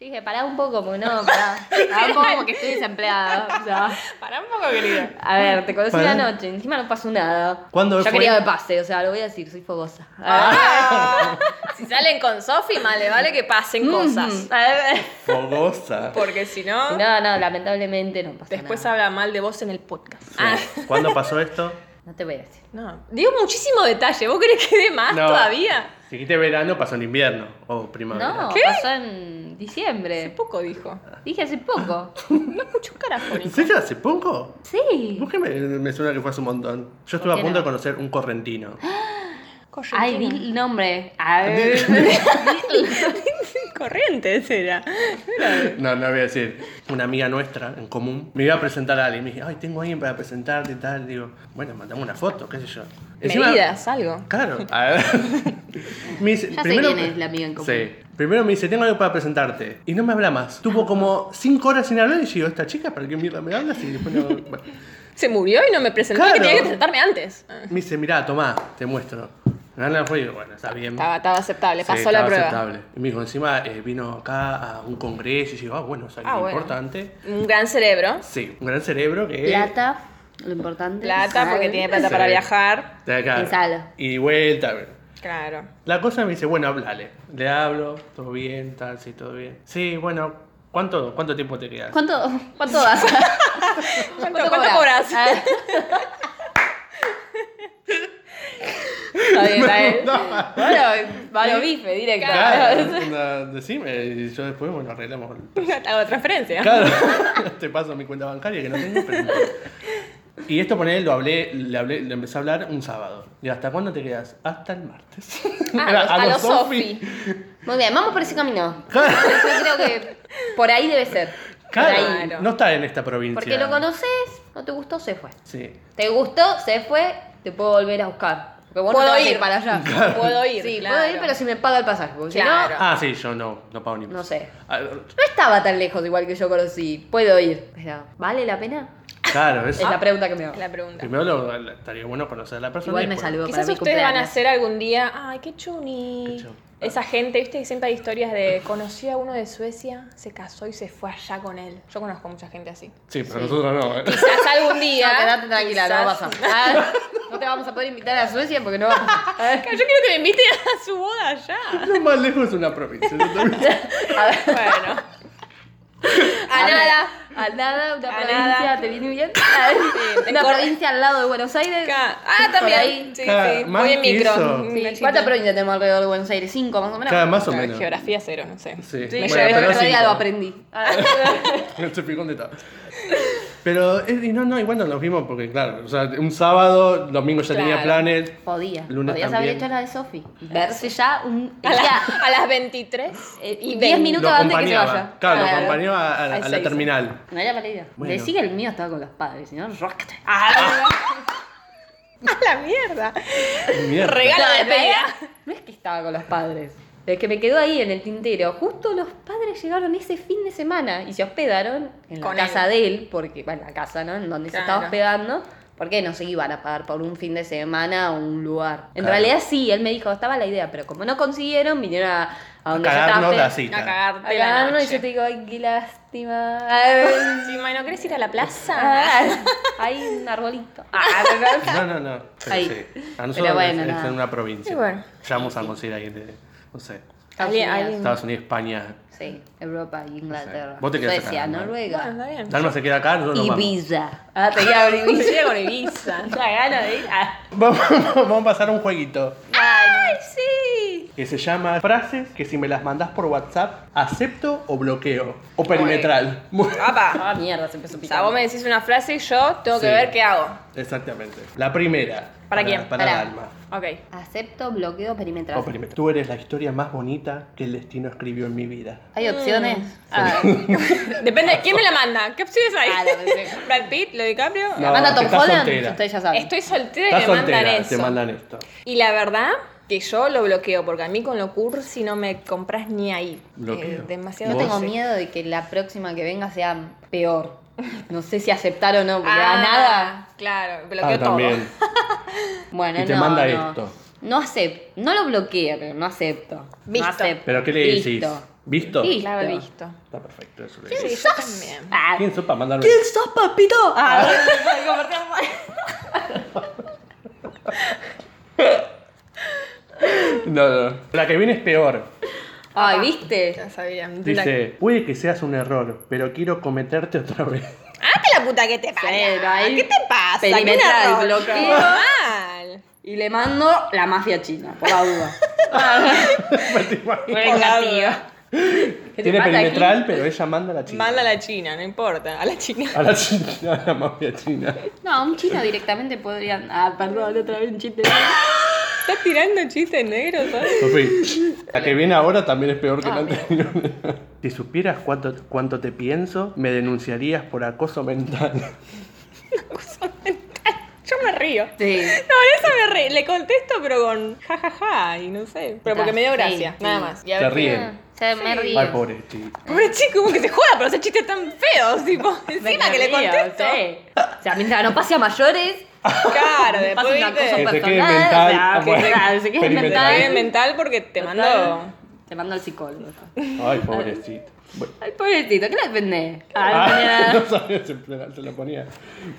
S3: Yo dije, pará un poco, porque no, pará. Pará un poco porque estoy desempleada. o sea.
S1: Pará un poco, querida.
S3: A ver, te conocí
S2: Pará.
S3: la noche, encima no pasó nada.
S2: ¿Cuándo
S3: Yo
S2: fue?
S3: quería que pase, o sea, lo voy a decir, soy fogosa.
S1: Ah. si salen con Sofi, más le vale que pasen cosas.
S3: Mm, a ver.
S2: Fogosa.
S1: Porque si no,
S3: No, no, lamentablemente no pasó
S1: después
S3: nada.
S1: habla mal de vos en el podcast.
S2: Sí.
S1: Ah,
S2: ¿Cuándo pasó esto?
S3: No te voy a decir.
S1: no. Digo muchísimo detalle. ¿Vos querés que dé
S3: Ah,
S1: más
S2: No.
S1: todavía?
S2: Si dijiste verano, pasó en invierno o primavera.
S3: No,
S1: ¿Qué?
S3: pasó en
S1: Hace
S3: diciembre.
S1: poco dijo.
S3: Dije hace poco.
S1: Eh. No escucho un carajo.
S2: ¿En
S1: Nico.
S2: serio hace poco?
S3: Sí.
S2: ¿Por qué me, me suena que fue hace un montón? Yo estuve
S3: qué
S2: a punto
S3: no?
S2: de conocer un correntino.
S3: Ay, di
S1: Correntina.
S3: el nombre. A ver.
S1: Corrientes era.
S2: No, no voy a decir. Una amiga nuestra en común me iba a presentar a alguien. Me dije, ay, tengo a alguien para presentarte y tal. Digo, bueno, mandame una foto, qué sé yo. Encima-
S1: Medidas, algo.
S2: Claro. A ver. Me dice,
S3: Ya sé quién es la amiga en común.
S2: Sí. Primero me dice, tengo algo para presentarte. Y no me habla más. Tuvo como cinco horas sin hablar y yo digo, ¿esta chica para qué mierda me hablas? Y después no- bueno.
S1: Se murió y no me presentó. Que
S2: Claro.
S1: tenía que presentarme antes. Ah,
S2: Me dice, mirá, tomá, te muestro. Gana fue y digo, bueno, está bien.
S1: Estaba, estaba aceptable.
S2: Sí,
S1: Pasó la
S2: estaba
S1: prueba.
S2: aceptable. Y me dijo, encima eh, vino acá a un congreso y yo digo, ah, bueno, es algo
S1: Ah, bueno.
S2: importante.
S1: Un gran cerebro.
S2: Sí, un gran cerebro que...
S3: Plata, lo importante.
S1: Plata, porque tiene plata
S2: Sí.
S1: para viajar.
S2: De acá.
S3: Pensalo.
S2: Y de vuelta. bueno.
S1: Claro.
S2: La cosa me dice, bueno, háblale. Le hablo, todo bien, tal, sí, todo bien. Sí, bueno, ¿Cuánto, cuánto tiempo te queda?
S3: ¿Cuánto, cuánto das?
S1: ¿Cuánto, cuánto cobras?
S3: Ah. está bien, está bien. Bueno, va a los bifes directo.
S2: Claro, onda, decime y yo después, bueno, arreglamos. el-
S1: Hago transferencia.
S2: Claro, te paso mi cuenta bancaria que no tengo, pero no importa. Y esto poner lo hablé, le hablé, le empecé a hablar un sábado. ¿Y hasta cuándo te quedas? Hasta el martes.
S3: Ah,
S2: Era,
S3: a
S2: hago
S3: los
S2: Sofi.
S3: Sofi. Muy bien, vamos por ese camino. Yo creo que por ahí debe ser. Por
S2: Claro,
S1: Claro.
S2: no está en esta provincia.
S3: Porque lo conoces, no te gustó, se fue.
S2: Sí.
S3: Te gustó, se fue, te puedo volver a buscar. Porque vos no
S1: Puedo
S3: te vas a
S1: ir.
S3: para allá.
S1: Puedo ir,
S3: Sí,
S1: claro.
S3: puedo ir, pero si me paga el pasaje. Porque
S1: Claro.
S3: si
S2: Ah, sí, yo no, no pago ni
S3: no, no sé.
S2: Ah,
S3: No estaba tan lejos igual que yo conocí. Puedo ir. Pero, ¿vale la pena?
S2: Claro,
S3: Es
S1: Ah.
S2: eso.
S3: la pregunta que me hago.
S1: Es la pregunta.
S2: Primero lo- estaría bueno conocer a la persona.
S3: Igual
S2: y
S3: me
S2: después-
S3: saludó
S1: Quizás
S3: para mi
S1: ustedes van a
S3: cumpleaños.
S1: hacer algún día, ay, qué chuni.
S2: Qué chuni.
S1: Esa gente, viste, que siempre hay historias de conocí a uno de Suecia, se casó y se fue allá con él. Yo conozco mucha gente así.
S2: Sí, pero
S3: Sí.
S2: nosotros no. ¿eh?
S1: Quizás algún día.
S3: No, quedate tranquila, no vas
S1: quizás-
S3: a. Ah, no te vamos a poder invitar a Suecia porque no vas a.
S1: Yo quiero que me inviten a su boda allá.
S2: Lo más lejos es una provincia.
S3: A ver.
S1: Bueno. A nada.
S3: A nada, una
S1: A
S3: provincia
S1: nada. Ah,
S3: te viene bien.
S1: te
S3: una
S1: corre-
S3: provincia al lado de Buenos Aires.
S1: Acá. Ah,
S3: Por
S1: también.
S3: ahí.
S1: Sí,
S2: Acá,
S1: sí.
S2: más
S1: Voy en
S2: que eso.
S1: micro.
S2: Sí,
S1: un
S3: Sí,
S1: machito.
S3: ¿Cuántas provincias tenemos alrededor de Buenos Aires? ¿Cinco más o menos?
S2: Cada más o
S1: Ah,
S2: menos.
S1: Geografía cero, no sé.
S2: Sí.
S1: Me
S2: Bueno,
S1: llevé
S2: pero
S3: el otro
S2: sí.
S3: día
S2: cinco.
S3: lo aprendí. Ah,
S2: No se fijó un detalle. Pero, eh, y no, no, igual no nos vimos porque, claro, o sea, un sábado, domingo ya tenía
S1: Claro.
S2: planes.
S3: Podía.
S2: Lunes
S3: Podías
S2: también.
S3: haber hecho la de Sofi. Verse ya un.
S1: a, la-
S3: ya,
S1: a las 23.
S3: eh, y
S1: Ven.
S3: 10 minutos
S2: Lo
S3: antes que se
S2: acompañaba.
S3: vaya.
S2: Claro, lo
S1: Claro.
S2: acompañaba a, la-
S1: Ahí
S2: a
S1: se
S2: la
S1: hizo.
S2: terminal.
S3: No era mala idea.
S2: Bueno.
S3: Decí que el mío estaba con los padres, si no, rócate.
S1: Ah, A la mierda.
S2: Mierda.
S1: Regalo de despedida.
S3: No es que estaba con los padres. Es que me quedó ahí en el tintero. Justo los padres llegaron ese fin de semana y se hospedaron en la
S1: Con
S3: casa de él, porque, bueno, la casa, ¿no? En donde se
S1: Claro.
S3: estaba hospedando. Porque no se iban a pagar por un fin de semana o un lugar. En
S2: Claro.
S3: realidad sí, él me dijo, estaba la idea, pero como no consiguieron, vinieron a, a donde ¿eh? yo estaba.
S2: Cagarnos la
S3: hosped-
S1: A
S2: cita.
S1: cagarte.
S3: A
S1: la
S3: cagarnos y
S1: noche.
S3: yo te digo, ay, qué lástima. Ay,
S1: Sí, ma, ¿y ¿no querés ir a la plaza?
S3: Ah, hay un arbolito. Ah, no,
S2: No,
S3: no.
S2: no, no. Pero
S3: Ahí.
S2: sí. A nosotros
S3: Pero bueno,
S2: es, es
S3: nada.
S2: en una provincia.
S1: Y bueno.
S2: Ya vamos a conseguir alguien de, no sé,
S3: Estados
S1: Alguien-
S3: Unidos.
S1: alguien-
S2: Estados Unidos, España.
S3: Sí, Europa, Inglaterra,
S2: Vos te quedás
S3: Suecia,
S2: acá, ¿no?
S1: Bueno,
S3: Noruega,
S1: está bien.
S2: Dalma se queda acá, nosotros nos vamos.
S3: Ibiza. Ah, te queda con
S1: Me
S3: Ibiza.
S1: llega con Ibiza. Ya gana de ir. Ah.
S2: Vamos, vamos a pasar a un jueguito
S3: Ay,
S1: Sí.
S2: que se llama frases que si me las mandás por WhatsApp, acepto o bloqueo. O perimetral.
S1: Papá.
S3: Ah, mierda, se empezó a
S1: O
S3: picar.
S1: sea, vos me decís una frase y yo tengo que
S2: Sí.
S1: ver qué hago.
S2: Exactamente. La primera.
S1: ¿Para quién?
S2: Para,
S3: Para-
S2: Dalma.
S1: Ok.
S3: Acepto bloqueo perimetral.
S2: O perimetral. Tú eres la historia más bonita que el destino escribió en mi vida.
S3: ¿Hay opciones? Ah,
S1: Depende de quién me la manda. ¿Qué opciones hay?
S3: Ah, la pensé.
S1: Brad Pitt, Leo DiCaprio.
S2: No,
S3: ¿Manda Tom
S2: estás
S3: Holland?
S2: soltera.
S3: Ustedes ya saben.
S1: Estoy soltera y
S2: Estás
S1: me
S2: soltera,
S1: mandan eso.
S2: te mandan esto.
S1: Y la verdad que yo lo bloqueo, porque a mí con lo cursi no me compras ni ahí. Eh,
S2: Bloqueo.
S1: demasiado
S3: Yo
S2: ¿Vos?
S3: tengo
S1: cursi.
S3: miedo de que la próxima que venga sea peor. No sé si aceptar o no, porque
S1: Ah,
S3: a nada.
S1: Claro, bloqueo
S2: Ah, también.
S1: todo.
S3: Bueno,
S2: Y te
S3: no,
S2: manda
S3: no.
S2: esto.
S3: No acepto. No lo bloqueo, pero no acepto.
S1: Visto.
S3: No acepto.
S2: ¿Pero qué le decís?
S3: Visto.
S2: ¿Visto?
S3: Sí.
S1: Claro, visto.
S2: Está perfecto, eso le digo.
S1: Sí, yo también.
S3: Ah,
S2: ¿Quién sos para mandarme?
S3: ¿Quién sos, papito? Ah,
S2: No, no. La que viene es peor.
S3: Ay, ¿viste?
S1: Ya sabía.
S2: Dice, puede que seas un error, pero quiero cometerte otra vez.
S1: Ah, que la puta que te
S3: Cero,
S1: pasa.
S3: ahí
S1: ¿Qué te pasa? ¿Qué
S3: perimetral,
S1: una roca?
S3: bloqueo.
S1: Mal.
S3: Y le mando la mafia china, por la duda.
S2: ¿Te imaginas?
S1: Hola.
S3: Venga, tío. ¿Qué te
S2: Tiene
S3: pasa
S2: perimetral,
S3: aquí?
S2: pero ella manda a la china.
S1: Manda a la China, no importa. A la China.
S2: A la china, a la mafia china.
S3: No, un chino directamente podrían. Ah, perdón, otra vez un chiste.
S1: Estás tirando chistes negros, eh? ¿sabes?
S2: Sofi, la que viene ahora también es peor que la anterior. Si supieras cuánto, cuánto te pienso, me denunciarías por acoso mental.
S1: Yo me río.
S3: Sí.
S1: No, en eso me re- le contesto, pero con jajaja y no sé. Pero porque me dio gracia,
S3: Ah, Sí, sí.
S1: nada más. Y a
S2: Se
S1: ver qué-
S2: ríen.
S3: Ah, Se me río.
S2: Ay, pobre chico.
S1: Pobre chico, como que se joda por hacer chistes tan feos, tipo.
S3: Me
S1: Encima que le
S3: río,
S1: contesto.
S3: sí. O sea, mientras no pase a mayores,
S1: Claro,
S3: pasa
S1: después
S3: una cosa
S1: viste.
S2: Que se quede
S3: personal.
S2: mental.
S3: o sea, que-
S2: Bueno,
S3: claro, se quede
S2: perimetral.
S1: Te
S3: mental.
S1: ve mental porque te
S3: Total.
S1: mando
S3: Te mando al psicólogo.
S2: Ay, pobrecito. Bueno.
S3: Ay, pobrecito, ¿qué le depende?
S2: Ah,
S3: Ah,
S2: no sabía, se se lo ponía.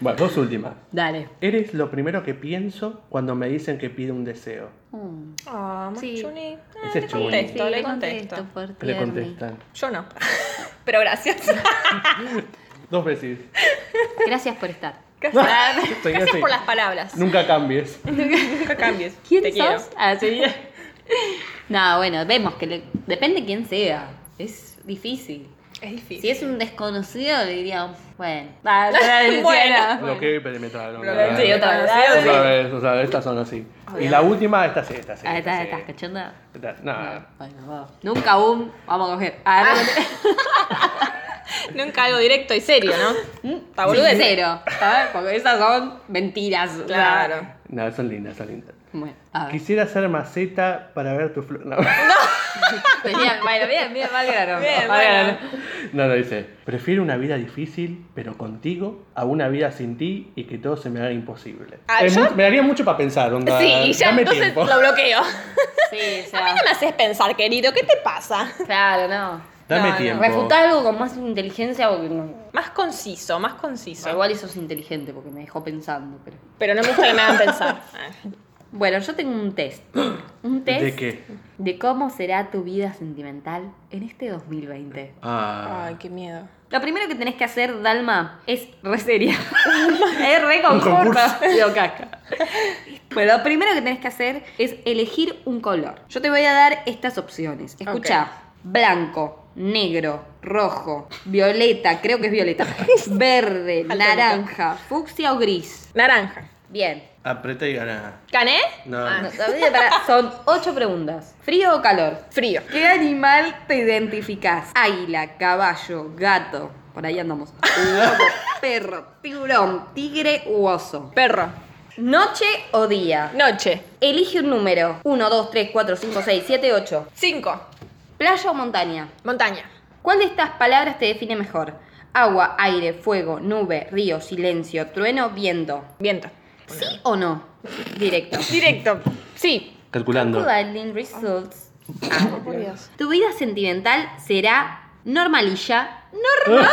S2: Bueno, dos últimas.
S3: Dale.
S2: Eres lo primero que pienso cuando me dicen que pido un deseo.
S3: Mm.
S1: Ah,
S3: Sí.
S1: Chuni. Eh,
S2: Ese
S1: le
S2: es Chuni.
S1: contesto,
S3: Sí,
S1: le contesto.
S3: por
S2: Le
S3: tierni.
S2: contestan.
S1: Yo no. Pero gracias.
S2: Dos veces.
S3: Gracias por estar.
S1: Gracias,
S2: Soy
S1: Gracias
S2: así.
S1: por las palabras.
S2: Nunca cambies.
S1: Nunca cambies.
S3: ¿Quién
S1: Te quiero.
S3: sos? Ah, sí. no, bueno, vemos que le- depende quién sea. Es difícil.
S1: Es difícil.
S3: Si es un desconocido, le diría, bueno, ah, bueno.
S1: Bueno.
S2: Lo que me penetraron.
S1: Lo
S2: Ah, la
S1: que- sí,
S2: verdad.
S1: otra vez.
S2: Otra vez, o sea, estas son así. Y la última, esta sí, esta sí.
S3: Ah, estás,
S2: esta
S3: estás
S2: sí.
S3: cachonda.
S2: Esta- nada.
S3: Bueno, va. Nunca aún vamos a coger. Ah,
S1: Nunca algo directo y serio, ¿no? Está boludez.
S3: Sincero, ¿sabes? Porque esas son mentiras. o sea.
S1: Claro.
S2: Nada, son lindas, son lindas.
S3: Bueno, a ver.
S2: Quisiera ser maceta para ver tu flor. No.
S3: Tenía- bueno, bien, bien, mal grano.
S1: Bien,
S3: Mal grano.
S2: no, no, dice. Prefiero una vida difícil, pero contigo, a una vida sin ti y que todo se me haga imposible.
S1: Ah,
S2: Es
S1: yo-
S2: mu- Me daría mucho para pensar, onda.
S1: Sí, y ya
S2: Dame
S1: entonces
S2: tiempo.
S1: lo bloqueo.
S3: Sí, o
S1: A mí
S3: sea,
S1: no me haces pensar, querido. ¿Qué te pasa?
S3: claro, no.
S2: Dame
S1: No, no.
S2: tiempo.
S3: Refutar algo con más inteligencia porque no.
S1: Más conciso, más
S3: O
S1: conciso.
S3: sea, igual eso es inteligente porque me dejó pensando, pero.
S1: Pero no me gusta que me hagan pensar.
S3: Bueno, yo tengo un test. Un test
S2: ¿De qué?
S3: de cómo será tu vida sentimental en este 2020.
S2: Ah.
S1: Ay, qué miedo.
S3: Lo primero que tenés que hacer, Dalma, es re seria. es re concurso.
S2: concurso.
S3: Digo, caca. Bueno, lo primero que tenés que hacer es elegir un color. Yo te voy a dar estas opciones. Escucha, blanco, negro, rojo, violeta, creo que es violeta, verde,
S1: Alto
S3: naranja, fucsia o gris.
S1: Naranja.
S3: Bien.
S2: Aprieta y gana.
S1: ¿Gané?
S2: No.
S1: Ah,
S3: No, todavía pará. Son ocho preguntas. ¿Frío o calor?
S1: Frío.
S3: ¿Qué animal te identificás? Águila, caballo, gato. Por ahí andamos. Lobo, perro, tiburón, tigre u oso.
S1: Perro.
S3: Noche o día.
S1: Noche.
S3: Elige un número. 1, 2, 3, 4, 5, 6, 7, 8.
S1: Cinco.
S3: Playa o montaña.
S1: Montaña.
S3: ¿Cuál de estas palabras te define mejor? Agua, aire, fuego, nube, río, silencio, trueno, viento.
S1: Viento.
S3: ¿Sí o no? Directo.
S1: Directo. Sí.
S2: Calculando.
S3: Darling results. Ah,
S1: Por Dios.
S3: Tu vida sentimental será normalilla. Normalilla.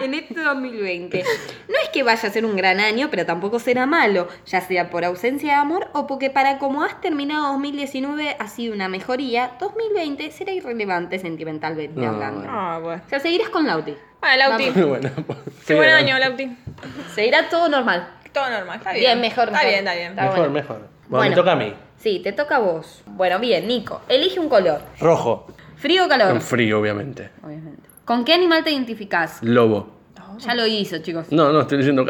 S3: en este 2020. No es que vaya a ser un gran año, pero tampoco será malo, ya sea por ausencia de amor o porque para como has terminado 2019 ha sido una mejoría, 2020 será irrelevante sentimentalmente
S2: No.
S3: hablando.
S1: Ah, bueno.
S3: O sea, seguirás con Lauti.
S1: Ah, Lauti.
S3: Vamos.
S2: bueno. pues,
S1: Qué
S2: sí,
S1: buen
S2: gana.
S1: año, Lauti.
S3: Seguirá todo normal.
S1: Todo normal. Está bien.
S3: Bien, mejor,
S1: Está
S3: mejor.
S1: bien, está bien.
S3: Está
S2: Mejor,
S3: bueno.
S2: mejor. Bueno,
S3: Bueno.
S2: me toca a mí.
S3: Sí, te toca a vos. Bueno, bien, Nico. Elige un color.
S2: Rojo.
S3: ¿Frío o calor?
S2: Con frío, obviamente.
S3: Obviamente. ¿Con qué animal te identificás?
S2: Lobo.
S3: Ya lo hizo, chicos.
S2: No, no, estoy diciendo.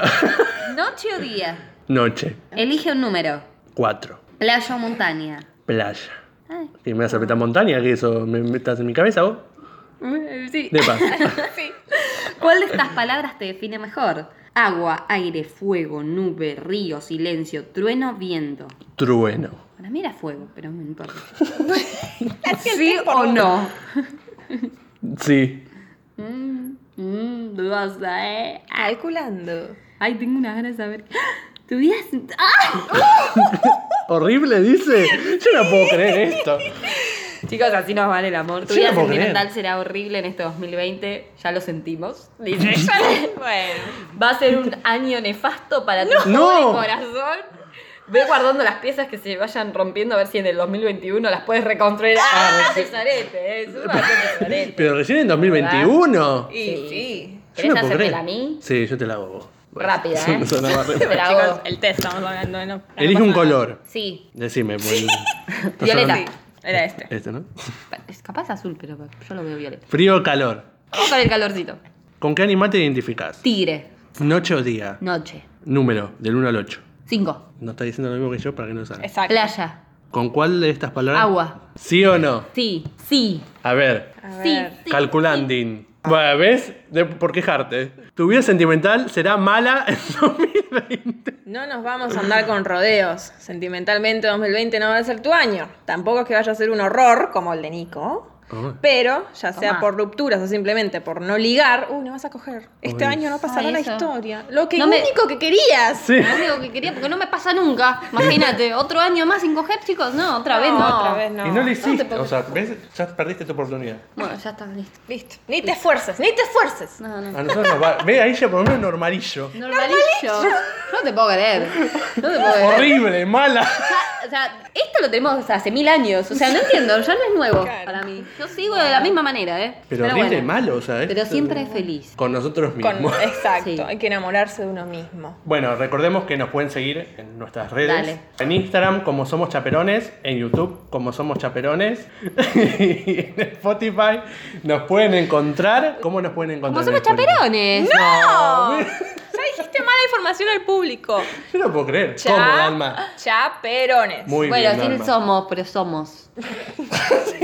S3: Noche o día.
S2: Noche.
S3: Elige un número.
S2: Cuatro.
S3: Playa o montaña.
S2: Playa.
S3: Ay.
S2: ¿Y me vas a apretar montaña? ¿Qué eso? ¿Me me estás en mi cabeza vos?
S3: Eh, Sí.
S2: De paz.
S1: Sí.
S3: ¿Cuál de estas palabras te define mejor? Agua, aire, fuego, nube, río, silencio, trueno, viento.
S2: Trueno.
S3: Para mí era fuego, pero no importa. ¿Sí o no?
S2: Sí.
S3: Mm, mm, dudosa, ¿eh? Ay,
S1: Calculando.
S3: ay, tengo unas ganas de saber. Tu vida es- ¡Ah!
S2: Horrible, dice. Yo no puedo creer esto.
S3: Chicos, así nos vale el amor. Tu
S2: Sí,
S3: vida
S2: no puedo creer.
S3: sentimental será horrible en este 2020. Ya lo sentimos.
S1: Dice. bueno.
S3: Va a ser un año nefasto para tu
S2: No.
S3: pobre corazón. Ve guardando las piezas que se vayan rompiendo a ver si en el 2021 las puedes reconstruir. ¡Ah, tesorete! ¡Eh! ¡Súbate, tesorete!
S2: Pero recién en 2021.
S1: Y
S3: Sí.
S1: sí.
S2: Yo no
S3: ¿Querés
S2: puedo creer.
S3: hacérmela a mí?
S2: Sí, yo te la hago vos.
S3: Rápida, ¿eh?
S2: Eso no va a
S3: Te la
S1: Chicos,
S3: hago.
S1: el test estamos hablando. No, no
S2: Elige
S1: pasa
S2: un
S1: nada.
S2: color.
S3: Sí.
S2: Decime. pues. Estás
S3: Violeta.
S2: hablando-
S1: Era este.
S2: Este, ¿no?
S3: Es capaz azul, pero yo lo veo violeta.
S2: Frío o calor.
S3: Vamos con el calorcito.
S2: ¿Con qué animal te identificas?
S3: Tigre.
S2: Noche o día.
S3: Noche.
S2: Número, del 1 al 8.
S3: Cinco.
S2: No está diciendo lo mismo que yo para que no salga.
S1: Exacto.
S3: Playa.
S2: ¿Con cuál de estas palabras?
S3: Agua.
S2: ¿Sí o no?
S3: Sí. Sí.
S2: A ver.
S1: A
S3: Sí.
S1: ver.
S3: sí.
S2: Calculandin. Bueno, ¿ves? De- por quejarte. Tu vida sentimental será mala en 2020.
S1: No nos vamos a andar con rodeos. Sentimentalmente 2020 no va a ser tu año. Tampoco es que vaya a ser un horror como el de Nico.
S2: Ah.
S1: Pero, ya sea
S3: Tomá.
S1: por rupturas o simplemente por no ligar, uy, no vas a coger. Este
S2: Uy.
S1: año no pasará
S3: Ay,
S1: la
S3: Ah, eso.
S1: historia. Lo que
S3: No me-
S1: único que querías.
S2: Sí.
S3: Lo único que quería, porque no me pasa nunca. Imagínate, otro año más sin coger, chicos. No, otra vez no.
S1: Otra vez no.
S2: Y no lo
S3: te
S2: hiciste.
S3: puedo
S2: o sea, ¿ves? ya perdiste tu oportunidad.
S3: Bueno, ya está listo.
S1: Listo. Ni te esfuerces, ni te esfuerces.
S3: No, no.
S2: A nosotros nos va. Ve ahí ya por lo menos normalillo.
S3: Normalillo. No te puedo creer. No te puedo creer.
S2: Horrible, mala.
S3: Ya- o sea, esto lo tenemos hace mil años. O sea, no entiendo, ya no es nuevo
S1: Claro.
S3: para mí. Yo sigo de la misma manera, ¿eh?
S2: Pero, horrible, ¿eh?
S3: bueno.
S2: malo, o sea.
S3: Pero
S2: esto-
S3: siempre feliz.
S2: Con nosotros
S1: Con-
S2: mismos.
S1: exacto,
S3: Sí.
S1: hay que enamorarse de uno mismo.
S2: Bueno, recordemos que nos pueden seguir en nuestras redes.
S3: Dale.
S2: En Instagram como Somos Chaperones, en YouTube como Somos Chaperones, y en Spotify nos pueden encontrar. ¿Cómo nos pueden
S3: Como
S2: encontrar? en
S3: somos
S2: Spotify? Oh,
S3: chaperones.
S1: ¡No! Ya dijiste mala información al público.
S2: Yo no puedo creer.
S1: Cha-
S2: ¿Cómo, Dalma?
S1: Chaperones.
S2: Muy
S3: bueno,
S2: bien,
S3: sí
S2: Dalma.
S3: somos, pero somos.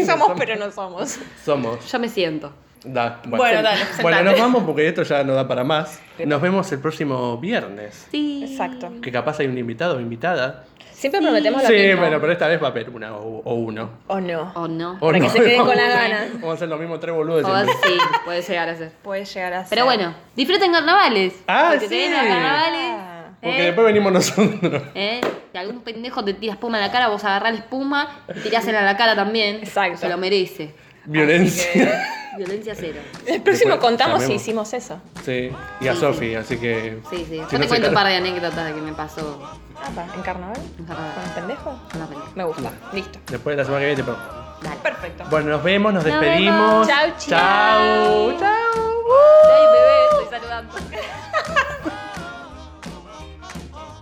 S1: somos, pero no somos.
S2: Somos.
S3: Yo me siento.
S2: Da-
S1: Bueno, dale,
S2: bueno,
S1: sentate.
S2: nos vamos porque esto ya no da para más. Nos vemos el próximo viernes.
S3: Sí.
S1: Exacto.
S2: Que capaz hay un invitado o invitada.
S1: Siempre prometemos lo
S2: sí,
S1: mismo.
S2: bueno, pero esta vez va a haber una o, o uno.
S1: O no.
S3: ¿O no?
S2: O
S1: Para que se queden
S2: vamos
S1: con las
S2: a-
S1: ganas.
S2: Vamos a hacer lo mismo tres boludos.
S3: O
S2: siempre.
S3: sí, puede llegar a ser.
S1: Puede llegar a ser.
S3: Pero bueno, disfruten carnavales.
S2: Ah,
S3: Porque
S2: sí.
S3: te vienen los carnavales.
S1: Ah.
S2: Porque
S3: ¿eh?
S2: después venimos nosotros.
S3: ¿Eh? Si algún pendejo te tira espuma en la cara, vos agarrás la espuma y tirásela en la cara también.
S1: Exacto.
S3: Se lo merece.
S2: Violencia.
S3: Violencia cero.
S1: El próximo
S2: Después
S1: contamos si
S2: llamemos.
S1: hicimos eso.
S2: Sí. Y a
S3: Sí,
S2: Sofi, así que.
S3: Sí, sí. Yo
S2: Si
S3: te
S2: no se
S3: cuento
S2: cara-
S3: un par de anécdotas de que me pasó
S1: Ah, pa, ¿En carnaval?
S3: en
S1: ¿Con
S3: carnaval.
S1: el pendejo?
S3: Con la pendeja.
S1: Me gusta. Listo.
S2: Después de la semana que viene te pregunto.
S3: Dale.
S1: Perfecto.
S2: Bueno, nos vemos, nos
S3: Nos
S2: despedimos.
S3: vemos.
S1: Chau,
S2: Chau,
S1: chau.
S2: chau.
S3: Ay, bebé, estoy saludando.